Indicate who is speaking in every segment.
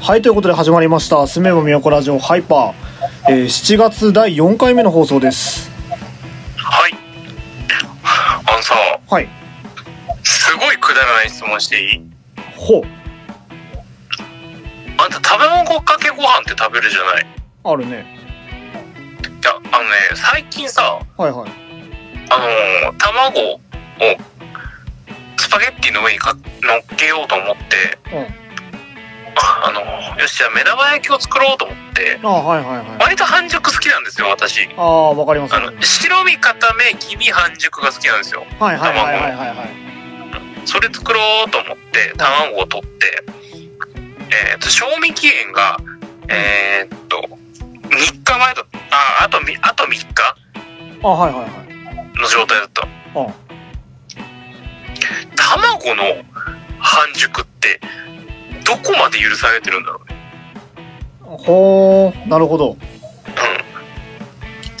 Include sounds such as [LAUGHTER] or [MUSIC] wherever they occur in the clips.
Speaker 1: はい、ということで始まりました。すめばみやこラジオハイパー。えー、7月第4回目の放送です。
Speaker 2: はい。あのさ、
Speaker 1: はい。
Speaker 2: すごいくだらない質問していい
Speaker 1: ほう。
Speaker 2: あんた卵かけご飯って食べるじゃないい
Speaker 1: あるね。
Speaker 2: や、あのね、最近さ、
Speaker 1: はいはい。
Speaker 2: あのー卵をスパゲッティの上にか乗っけようと思って、
Speaker 1: うん。
Speaker 2: あのーよし、じゃあ目玉焼きを作ろうと思って、
Speaker 1: ああ、はいはいはい。
Speaker 2: 割と半熟好きなんですよ、私。
Speaker 1: ああ、わかります。
Speaker 2: あ
Speaker 1: はい
Speaker 2: の、白身固め、黄身半熟が好きなんですよ。
Speaker 1: はいはいはいはいはい。
Speaker 2: それ作ろうと思って卵を取って、えー、と賞味期限がえーっと3日前とああとみあと3日
Speaker 1: ああ、はいはいはい。
Speaker 2: の状態だった
Speaker 1: うん
Speaker 2: 卵の半熟ってどこまで許されてるんだろうね、
Speaker 1: ほう、なるほど。
Speaker 2: うん、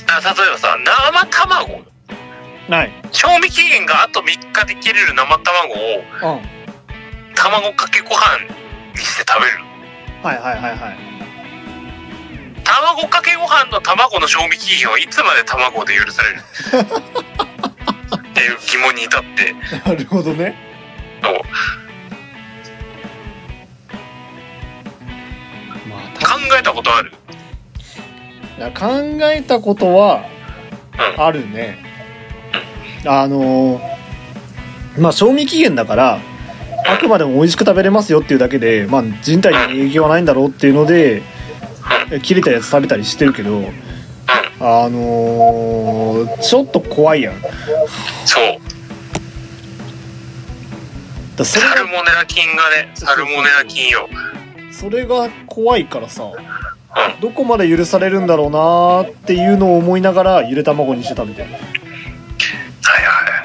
Speaker 2: あ例えばさ生卵
Speaker 1: ない。
Speaker 2: 賞味期限があと3日で切れる生卵を
Speaker 1: うん。はい
Speaker 2: 卵かけご飯にして食べる
Speaker 1: はいはいはい。
Speaker 2: 卵かけご飯の卵の賞味期限はいつまで卵で許されるっていう疑問に至って
Speaker 1: [LAUGHS] なるほどね。
Speaker 2: そう
Speaker 1: まあ、
Speaker 2: 考えたことある
Speaker 1: いや考えたことは
Speaker 2: うん
Speaker 1: あるね、あのーまあ賞味期限だからあくまでも美味しく食べれますよっていうだけで、まあ、人体に影響はないんだろうっていうのでえ切れたやつ食べたりしてるけどあのーちょっと怖いやんだ
Speaker 2: そう
Speaker 1: だそれ
Speaker 2: サル
Speaker 1: が
Speaker 2: モネラ菌がねサルモネラ菌よ
Speaker 1: それが怖いからさ
Speaker 2: ん
Speaker 1: どこまで許されるんだろうなーっていうのを思いながらゆで卵にして食べてる
Speaker 2: はいはい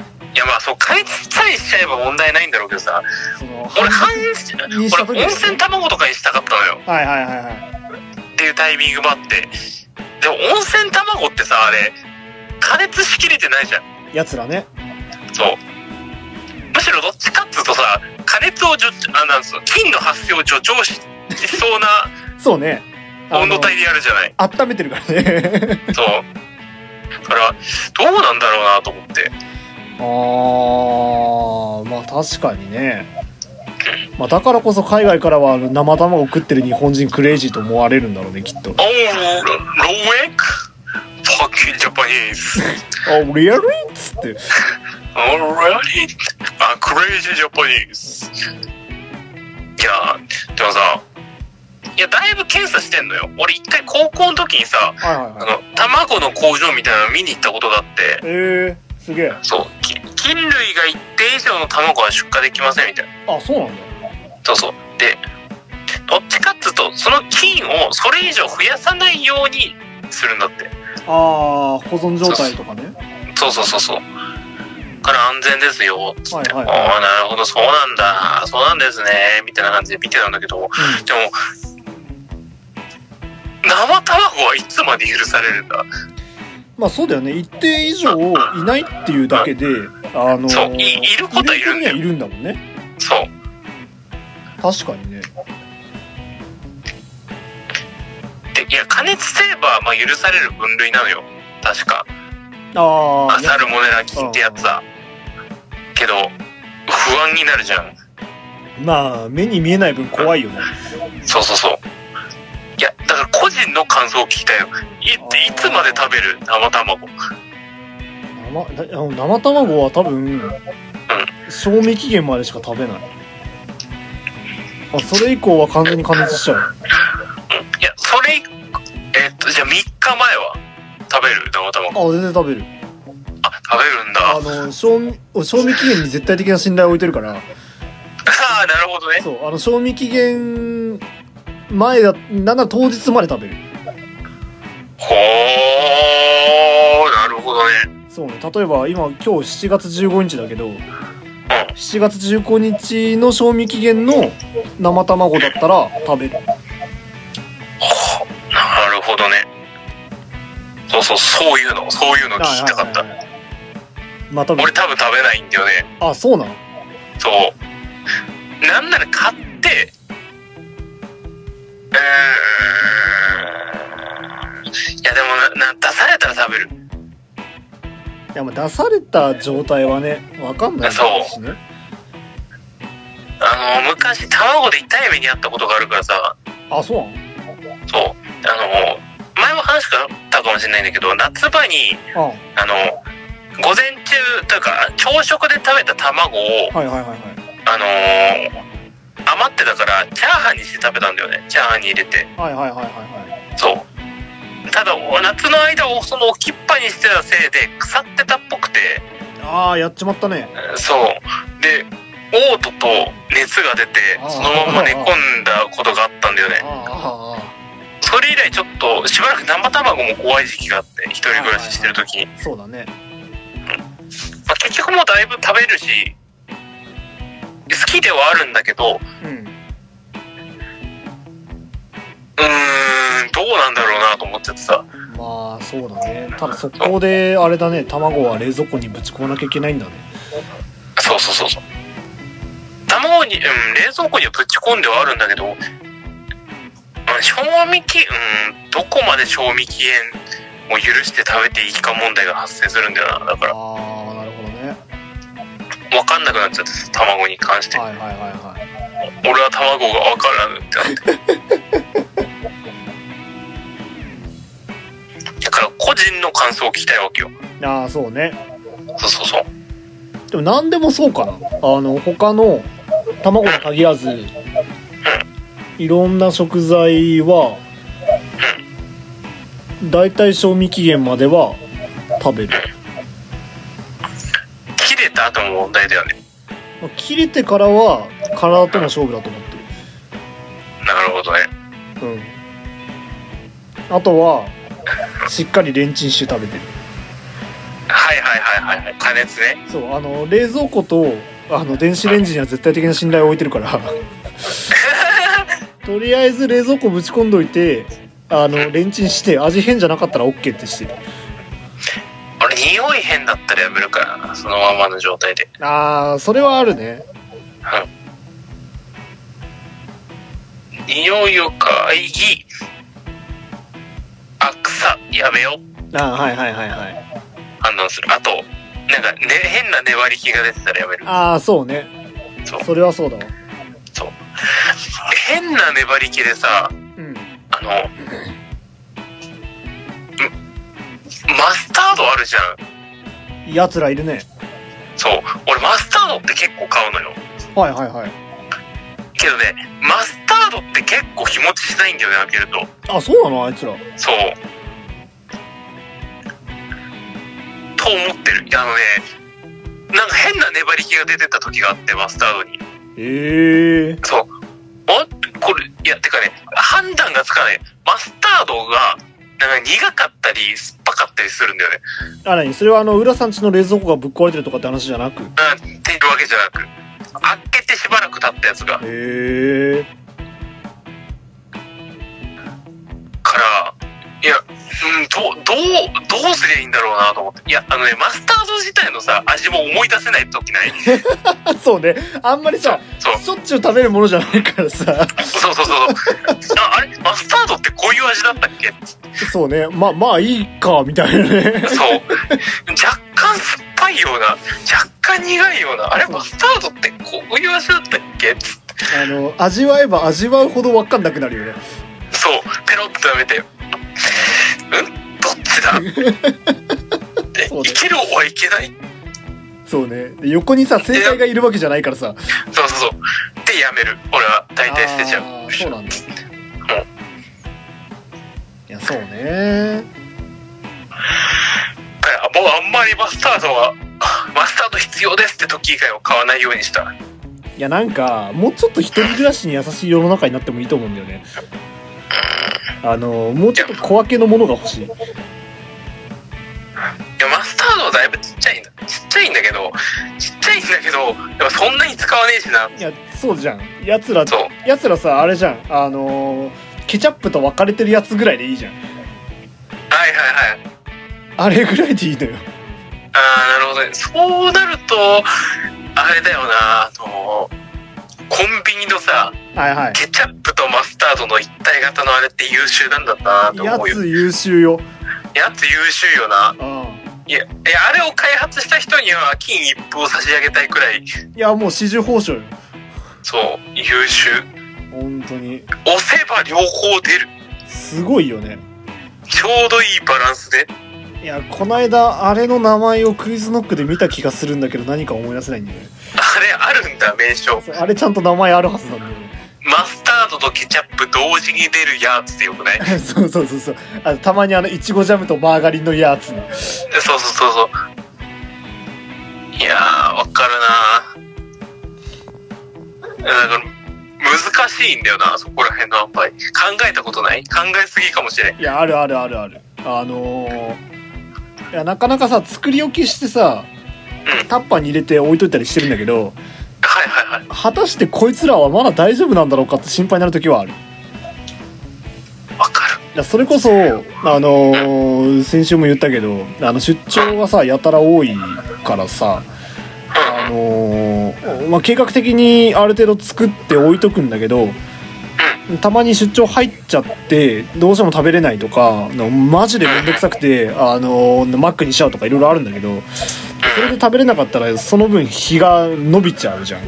Speaker 2: はいいやまあそう解説さえしちゃえば問題ないんだろうけどさ
Speaker 1: その
Speaker 2: 俺半
Speaker 1: はいにした時
Speaker 2: 俺温泉卵とかにしたかったのよ
Speaker 1: はいはいはい
Speaker 2: っていうタイミングもあってでも温泉卵ってさあれ加熱しきれてないじゃん
Speaker 1: やつらね
Speaker 2: そう。むしろどっちかっつうとさ、加熱を助あなんつうの菌の発生を助長ししそうな
Speaker 1: そうね。 [LAUGHS] あの
Speaker 2: 温度帯でやるじゃない。
Speaker 1: 温めてるからね。 [LAUGHS]
Speaker 2: そう。だから、どうなんだろうなと思って。
Speaker 1: ああ、まあ確かにね。まあだからこそ海外からは生卵を食ってる日本人クレイジーと思われるんだろうね、きっと。
Speaker 2: Oh, Roek? Fucking Japanese.
Speaker 1: あ、リアルっつって。
Speaker 2: Oh, really? Ah, crazy Japanese. いやー、でもさ、いや、だいぶ検査してんのよ。俺一回高校の時にさ、
Speaker 1: はいはい
Speaker 2: あ
Speaker 1: はい。
Speaker 2: の、卵の工場みたいなの見に行ったことがあって、
Speaker 1: えー、すげえ。
Speaker 2: そうき菌類が一定以上の卵は出荷できませんみたいな
Speaker 1: あ、そうなんだ。
Speaker 2: そうそうでどっちかっつうとその菌をそれ以上増やさないようにするんだって
Speaker 1: ああ、保存状態とかね。
Speaker 2: そうそうそうそうだから安全ですよっつって、
Speaker 1: はいはい
Speaker 2: ああなるほどそうなんだそうなんですねみたいな感じで見てたんだけどでも生卵はいつまで許されるんだ
Speaker 1: まあそうだよね。一定以上いないっていうだけで、あのー
Speaker 2: そういいることはいるんだよ
Speaker 1: いるにはいるんだもんね。
Speaker 2: そう
Speaker 1: 確かにね。
Speaker 2: でいや加熱すれば、まあ、許される分類なのよ確か
Speaker 1: あ
Speaker 2: あ
Speaker 1: あ、
Speaker 2: サルモネラ菌ってやつだけど不安になるじゃん
Speaker 1: まあ目に見えない分怖いよね。
Speaker 2: そうそうそういやだから個人の感想を聞きたいよいいつまで食べる生卵
Speaker 1: 生なあの生卵は多分賞味期限までしか食べないあそれ以降は完全に加熱しちゃう
Speaker 2: いやそれえっとじゃあ3日前は食べる生卵
Speaker 1: あ全然食べる
Speaker 2: あ食べるんだ
Speaker 1: あ
Speaker 2: あ
Speaker 1: の賞味賞味期限に絶対的な信頼を置いてるから
Speaker 2: [LAUGHS] あーなるほどね
Speaker 1: そうあの賞味期限前だなんなら当日まで食べる
Speaker 2: ほーなるほどね
Speaker 1: そうね例えば今今日7月15日だけど7月15日の賞味期限の生卵だったら食べる
Speaker 2: なるほどねそうそうそういうのそういうの聞きたかった
Speaker 1: はいはいはいまあ多分
Speaker 2: 俺多分食べないんだよね
Speaker 1: あそうなの
Speaker 2: そう。なんなら買って、
Speaker 1: やまあ出された状態はねわかんないしね
Speaker 2: あの、昔、卵で痛い目にあったことがあるからさ、
Speaker 1: あそうなん
Speaker 2: そう、あの、前も話があったかもしれないんだけど、夏場に、
Speaker 1: あ
Speaker 2: あの、午前中というか、朝食で食べた卵を、
Speaker 1: はいはいはいはい
Speaker 2: あのー余ってたから、チャーハンにして食べたんだよね。チャーハンに入れて。
Speaker 1: はいはいはいはいはい
Speaker 2: そう。ただ、お夏の間をその置きっぱにしてたせいで、腐ってたっぽくて、
Speaker 1: ああやっちまったね
Speaker 2: そう。で、嘔吐と熱が出て
Speaker 1: あ、ー
Speaker 2: そのまま寝込んだことがあったんだよ
Speaker 1: あ
Speaker 2: ね。
Speaker 1: あああ
Speaker 2: それ以来ちょっと、しばらく生卵も怖い時期があって、一人暮らししてる時に。
Speaker 1: ああそうだね
Speaker 2: まあ、結局もうだいぶ食べるし、好きではあるんだけど、う
Speaker 1: うん
Speaker 2: ーん、どうなんだろうなと思っちゃってさ。
Speaker 1: まあそうだねただそこであれだね卵は冷蔵庫にぶち込まなきゃいけないんだね
Speaker 2: そうそうそうそう。卵に、うん、冷蔵庫にはぶち込んではあるんだけど、うん賞味期、うん、どこまで賞味期限を許して食べていいか問題が発生するんだよな。だか
Speaker 1: ああなるほどね
Speaker 2: ら、わかんなくなっちゃってさ、卵に関して。
Speaker 1: はいはいはいはい
Speaker 2: 俺は卵がわからぬってな [LAUGHS] って。だから、個人の感想を聞きたいわけよ。
Speaker 1: ああそうね
Speaker 2: そうそうそう。
Speaker 1: でも何でもそうかなあの他の卵に限らずいろんな食材はだいたい賞味期限までは食べる
Speaker 2: 切れた後も問題だよね。
Speaker 1: まあ切れてからは体との勝負だと思って
Speaker 2: なるほどね。
Speaker 1: るうんあとはしっかりレンチンして食べてる
Speaker 2: はいはいはいはいはい。加熱ね。
Speaker 1: そうあの冷蔵庫とあの電子レンジには絶対的な信頼を置いてるから
Speaker 2: [LAUGHS]
Speaker 1: とりあえず冷蔵庫ぶち込んどいてあのレンチンして味変じゃなかったら OK ってしてる
Speaker 2: 俺匂い変だったらやめるからなそのままの状態で
Speaker 1: あーそれはあるね
Speaker 2: 匂いを嗅ぎあ草やめよう
Speaker 1: あーはいはいはいはい
Speaker 2: 判断するあとなんか、ね、変な粘り気が出てたらやめる
Speaker 1: ああそうね
Speaker 2: そう
Speaker 1: それはそうだわ
Speaker 2: 変な粘り気でさ
Speaker 1: うん
Speaker 2: あのんマスタードあるじゃん
Speaker 1: やつらいるね
Speaker 2: そう俺マスタードって結構買うのよ
Speaker 1: はいはいはい
Speaker 2: けどねマスタードって結構日持ちしないんだよね開けると
Speaker 1: あそうなのあいつら
Speaker 2: そう。と思ってる。あのね、なんか変な粘り気が出てた時があって、マスタードに。
Speaker 1: ええ
Speaker 2: そう。あこれ、いや、てかね、判断がつかない。マスタードが、なんか苦かったり、酸っぱかったりするんだよね。
Speaker 1: あ何それはあの浦さん家の冷蔵庫がぶっ壊れてるとかって話じゃなく
Speaker 2: うん、っていうわけじゃなく。開けてしばらく経ったやつが。
Speaker 1: へえ
Speaker 2: から、いや、うん、どう、どう、どうすりゃいいんだろうなと思って。いや、あのね、マスタード自体のさ、味も思い出せない時ない。
Speaker 1: あそうねあんまりさ
Speaker 2: そう。
Speaker 1: しょっちゅう食べるものじゃないから
Speaker 2: [LAUGHS]
Speaker 1: さ
Speaker 2: そうそうそうそう。ああれマスタードってこういう味だったっけ
Speaker 1: そうねまあまあいいかみたいな
Speaker 2: [LAUGHS]
Speaker 1: ね
Speaker 2: そう。若干酸っぱいような、若干苦いような、あれマスタードってこういう味だったっけつって
Speaker 1: あの味わえば味わうほど分かんなくなるよね
Speaker 2: そう。ペロッと食べて、うんどっちだって
Speaker 1: そう
Speaker 2: 生
Speaker 1: だ
Speaker 2: きるはいけない。
Speaker 1: そうねで横にさ正解がいるわけじゃないからさ
Speaker 2: そうそうそう。で、やめる。俺は大体捨てちゃ
Speaker 1: あ
Speaker 2: う。
Speaker 1: ーそうなんだいやそうね
Speaker 2: だからもうあんまりマスタードは、あマスタード必要ですって時以外は買わないようにした。
Speaker 1: いやなんかもうちょっと一人暮らしに優しい世の中になってもいいと思うんだよねあのもうちょっと小分けのものが欲しい
Speaker 2: いやマスタードはだいぶちっちゃいんだちっちゃいんだけどちっちゃいんだけどでもそんなに使わねえしない
Speaker 1: やそうじゃんやつら
Speaker 2: そう
Speaker 1: やつらさあれじゃんあのーケチャップと分かれてるやつぐらいでいいじゃん
Speaker 2: はいはいはい
Speaker 1: あれぐらいでいいのよ
Speaker 2: ああなるほどねそうなるとあれだよなあのコンビニのさ
Speaker 1: はいはい
Speaker 2: ケチャップとマスタードの一体型のあれって優秀なんだなって
Speaker 1: や
Speaker 2: 思うよ
Speaker 1: つ優秀よ
Speaker 2: やつ優秀よな
Speaker 1: うん
Speaker 2: いや、いやあれを開発した人には金一封を差し上げたいくらい、
Speaker 1: いやもう四十報酬よ
Speaker 2: そう、優秀。
Speaker 1: 本当に
Speaker 2: 押せば両方出る。
Speaker 1: すごいよね
Speaker 2: ちょうどいいバランスで。
Speaker 1: いやこの間あれの名前をクイズノックで見た気がするんだけど何か思い出せないんだよね
Speaker 2: あれあるんだ、名称。
Speaker 1: そうあれちゃんと名前あるはずなんだよね
Speaker 2: マスタードとケチャップ同時に出るやつってよくない
Speaker 1: そうそうそうそうあのたまにあのいちごジャムとマーガリンのやつね
Speaker 2: そう [LAUGHS] そうそうそう。いやー、わかるなーなんか、難しいんだよな、そこら辺の塩梅考えたことない考えすぎかもしれん。
Speaker 1: いやあるあるあるあるあのー、いやなかなかさ作り置きしてさ
Speaker 2: うん
Speaker 1: タッパーに入れて置いといたりしてるんだけど
Speaker 2: はいはいはい。
Speaker 1: 果たしてこいつらはまだ大丈夫なんだろうかって心配になる時はある
Speaker 2: わかる。
Speaker 1: いやそれこそあのー先週も言ったけどあの出張がさやたら多いからさあのーまあ、計画的にある程度作って置いとくんだけどたまに出張入っちゃってどうしても食べれないとかのマジで面倒くさくて、あのーマックにしちゃうとかいろいろあるんだけどそれで食べれなかったらその分日が伸びちゃうじゃん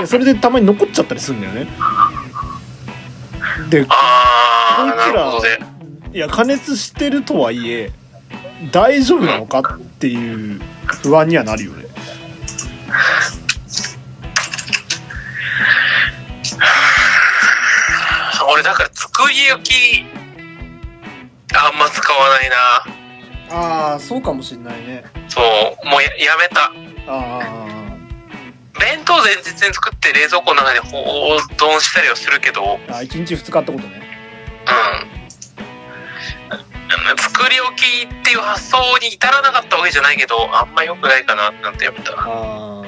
Speaker 1: でそれでたまに残っちゃったりするんだよねで
Speaker 2: あ
Speaker 1: こい
Speaker 2: ー、な
Speaker 1: つ
Speaker 2: る
Speaker 1: ら
Speaker 2: ほどね。
Speaker 1: いや加熱してるとはいえ大丈夫なのかっていう不安にはなるよね
Speaker 2: 俺だから作り置きあんま使わないな
Speaker 1: ああそうかもしんないね
Speaker 2: そうもうややめた
Speaker 1: あ
Speaker 2: 弁当前日に作って冷蔵庫の中で保存したりはするけどうん
Speaker 1: あ1日2日ってことね
Speaker 2: 作り置きっていう発想に至らなかったわけじゃないけどあんま良くないかななんてやめた
Speaker 1: あ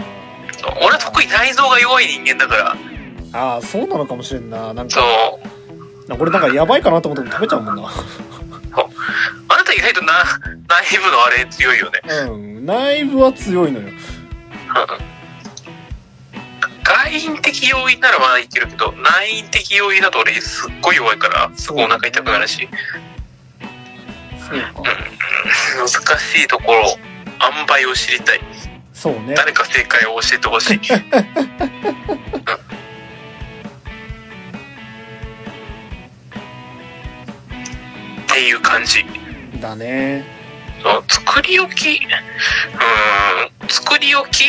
Speaker 2: そう俺は特に内臓が弱い人間だから
Speaker 1: ーあーそうなのかもしれんななん
Speaker 2: そ
Speaker 1: か
Speaker 2: う
Speaker 1: 俺なんかやばいかなと思っても食べちゃうもんな
Speaker 2: あなた意外とな内部のあれ強いよね [LAUGHS]
Speaker 1: うん内部は強いのよ
Speaker 2: 外因的要因ならまだいけるけど内因的要因だと俺すっごい弱いからすごいお腹痛くなるし
Speaker 1: そうか
Speaker 2: 難しいところ塩梅を知りたい
Speaker 1: そうね
Speaker 2: 誰か正解を教えて
Speaker 1: [LAUGHS]
Speaker 2: ほしいっていう感じ
Speaker 1: だね
Speaker 2: そう作り置きうーん作り置き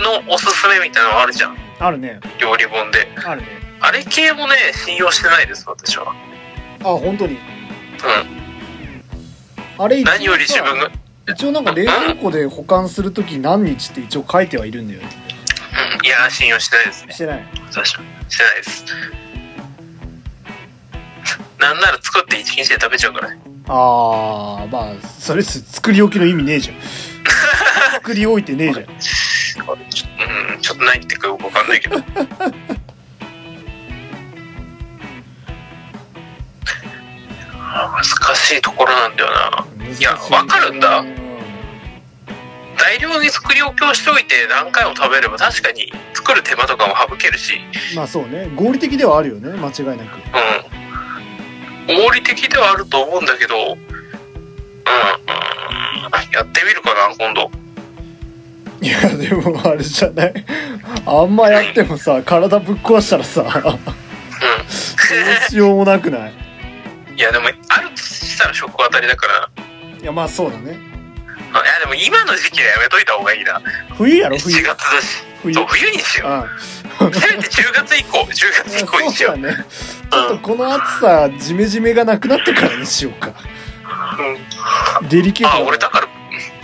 Speaker 2: のおすすめみたいなのあるじゃん
Speaker 1: あるね
Speaker 2: 料理本で
Speaker 1: あるね
Speaker 2: あれ系もね信用してないです私は
Speaker 1: あ本当に
Speaker 2: う
Speaker 1: あれ
Speaker 2: ん何より自分がうん
Speaker 1: 一応なんか冷蔵庫で保管するとき何日って一応書いてはいるんだよね
Speaker 2: いや信用してないですね
Speaker 1: してない
Speaker 2: 私はしてない
Speaker 1: [LAUGHS]
Speaker 2: ですなんなら作って一日で食べちゃうからね
Speaker 1: ああまあそれす作り置きの意味ねえじゃ
Speaker 2: [LAUGHS]
Speaker 1: ん作り置いてねえじゃん
Speaker 2: ちょうんちょっと何言ってるかよくわかんないけど [LAUGHS] あー難しいところなんだよなや
Speaker 1: 難し
Speaker 2: わかるんだ
Speaker 1: う
Speaker 2: 大量に作り置きをしておいて何回も食べれば確かに作る手間とかも省けるし
Speaker 1: まあそうね合理的ではあるよね間違いなく
Speaker 2: うん合理的ではあると思うんだけどうん、うん、やってみるかな今 [LAUGHS] 度
Speaker 1: いやでもあれじゃないあんまやってもさ体ぶっ壊したらさどうしようもなくない
Speaker 2: うんいやでもあるとしたら食当たりだから
Speaker 1: いやまあそうだね
Speaker 2: あいやでも今の時期はやめといた方がいい [LAUGHS] な
Speaker 1: 冬やろ
Speaker 2: 7
Speaker 1: 冬
Speaker 2: 月だし
Speaker 1: 冬
Speaker 2: そう冬にしよ
Speaker 1: あ
Speaker 2: うせめて10月以降10月以降にし
Speaker 1: そう
Speaker 2: よ
Speaker 1: だ
Speaker 2: う
Speaker 1: ねちょっとこの暑さジメジメがなくなってからにしようか
Speaker 2: うん
Speaker 1: デリケート
Speaker 2: あ
Speaker 1: だ
Speaker 2: 俺だから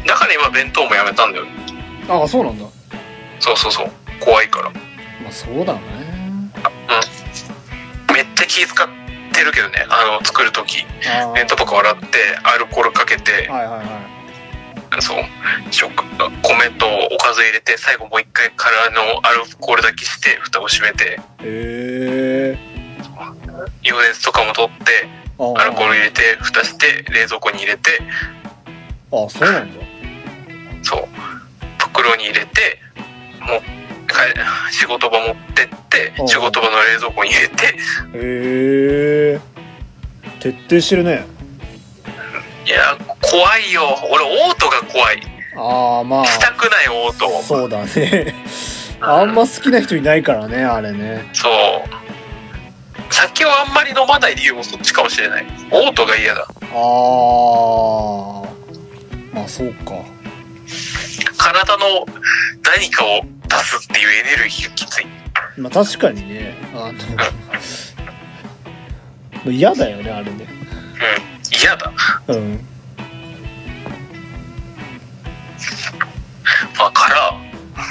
Speaker 2: だから今弁当もやめたんだよ
Speaker 1: ああそうなんだ
Speaker 2: そうそうそう怖いから
Speaker 1: まあそうだね
Speaker 2: めっちゃ気使ってるけどねあの作る時
Speaker 1: あ
Speaker 2: 弁当
Speaker 1: ー
Speaker 2: 箱洗ってアルコールかけて
Speaker 1: はいはいはい
Speaker 2: そう食米とおかず入れて最後もう一回空のアルコールだけして蓋を閉めて
Speaker 1: へえ
Speaker 2: 余熱とかも取って
Speaker 1: ー、
Speaker 2: アルコール入れて蓋して冷蔵庫に入れて
Speaker 1: あそうなんだ
Speaker 2: そう袋に入れてもう帰仕事場持ってって
Speaker 1: うん
Speaker 2: 仕事場の冷蔵庫に入れて
Speaker 1: へえ徹底してるね
Speaker 2: いやこ怖いよ俺オートが怖い
Speaker 1: ああまあ
Speaker 2: したくないオートを
Speaker 1: そうだねあんま好きな人いないからねあれね
Speaker 2: そう酒をあんまり飲まない理由もそっちかもしれないオートが嫌だ
Speaker 1: ああまあそうか
Speaker 2: 体の何かを出すっていうエネルギーがきつい
Speaker 1: まあ確かにね [LAUGHS] あの嫌だよねあれね
Speaker 2: うん嫌だ
Speaker 1: うん
Speaker 2: まあから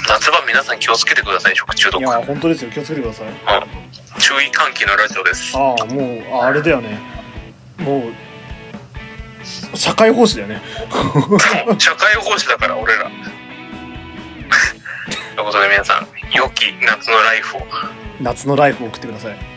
Speaker 2: 夏場皆さん気をつけてください食中毒
Speaker 1: いや本当ですよ気をつけてください
Speaker 2: 注意喚起のラジオです
Speaker 1: ああもうああれだよねもう社会奉仕だよね [LAUGHS]
Speaker 2: そう社会奉仕だから俺ら [LAUGHS] ということで皆さん良き夏のライフを
Speaker 1: 夏のライフを送ってください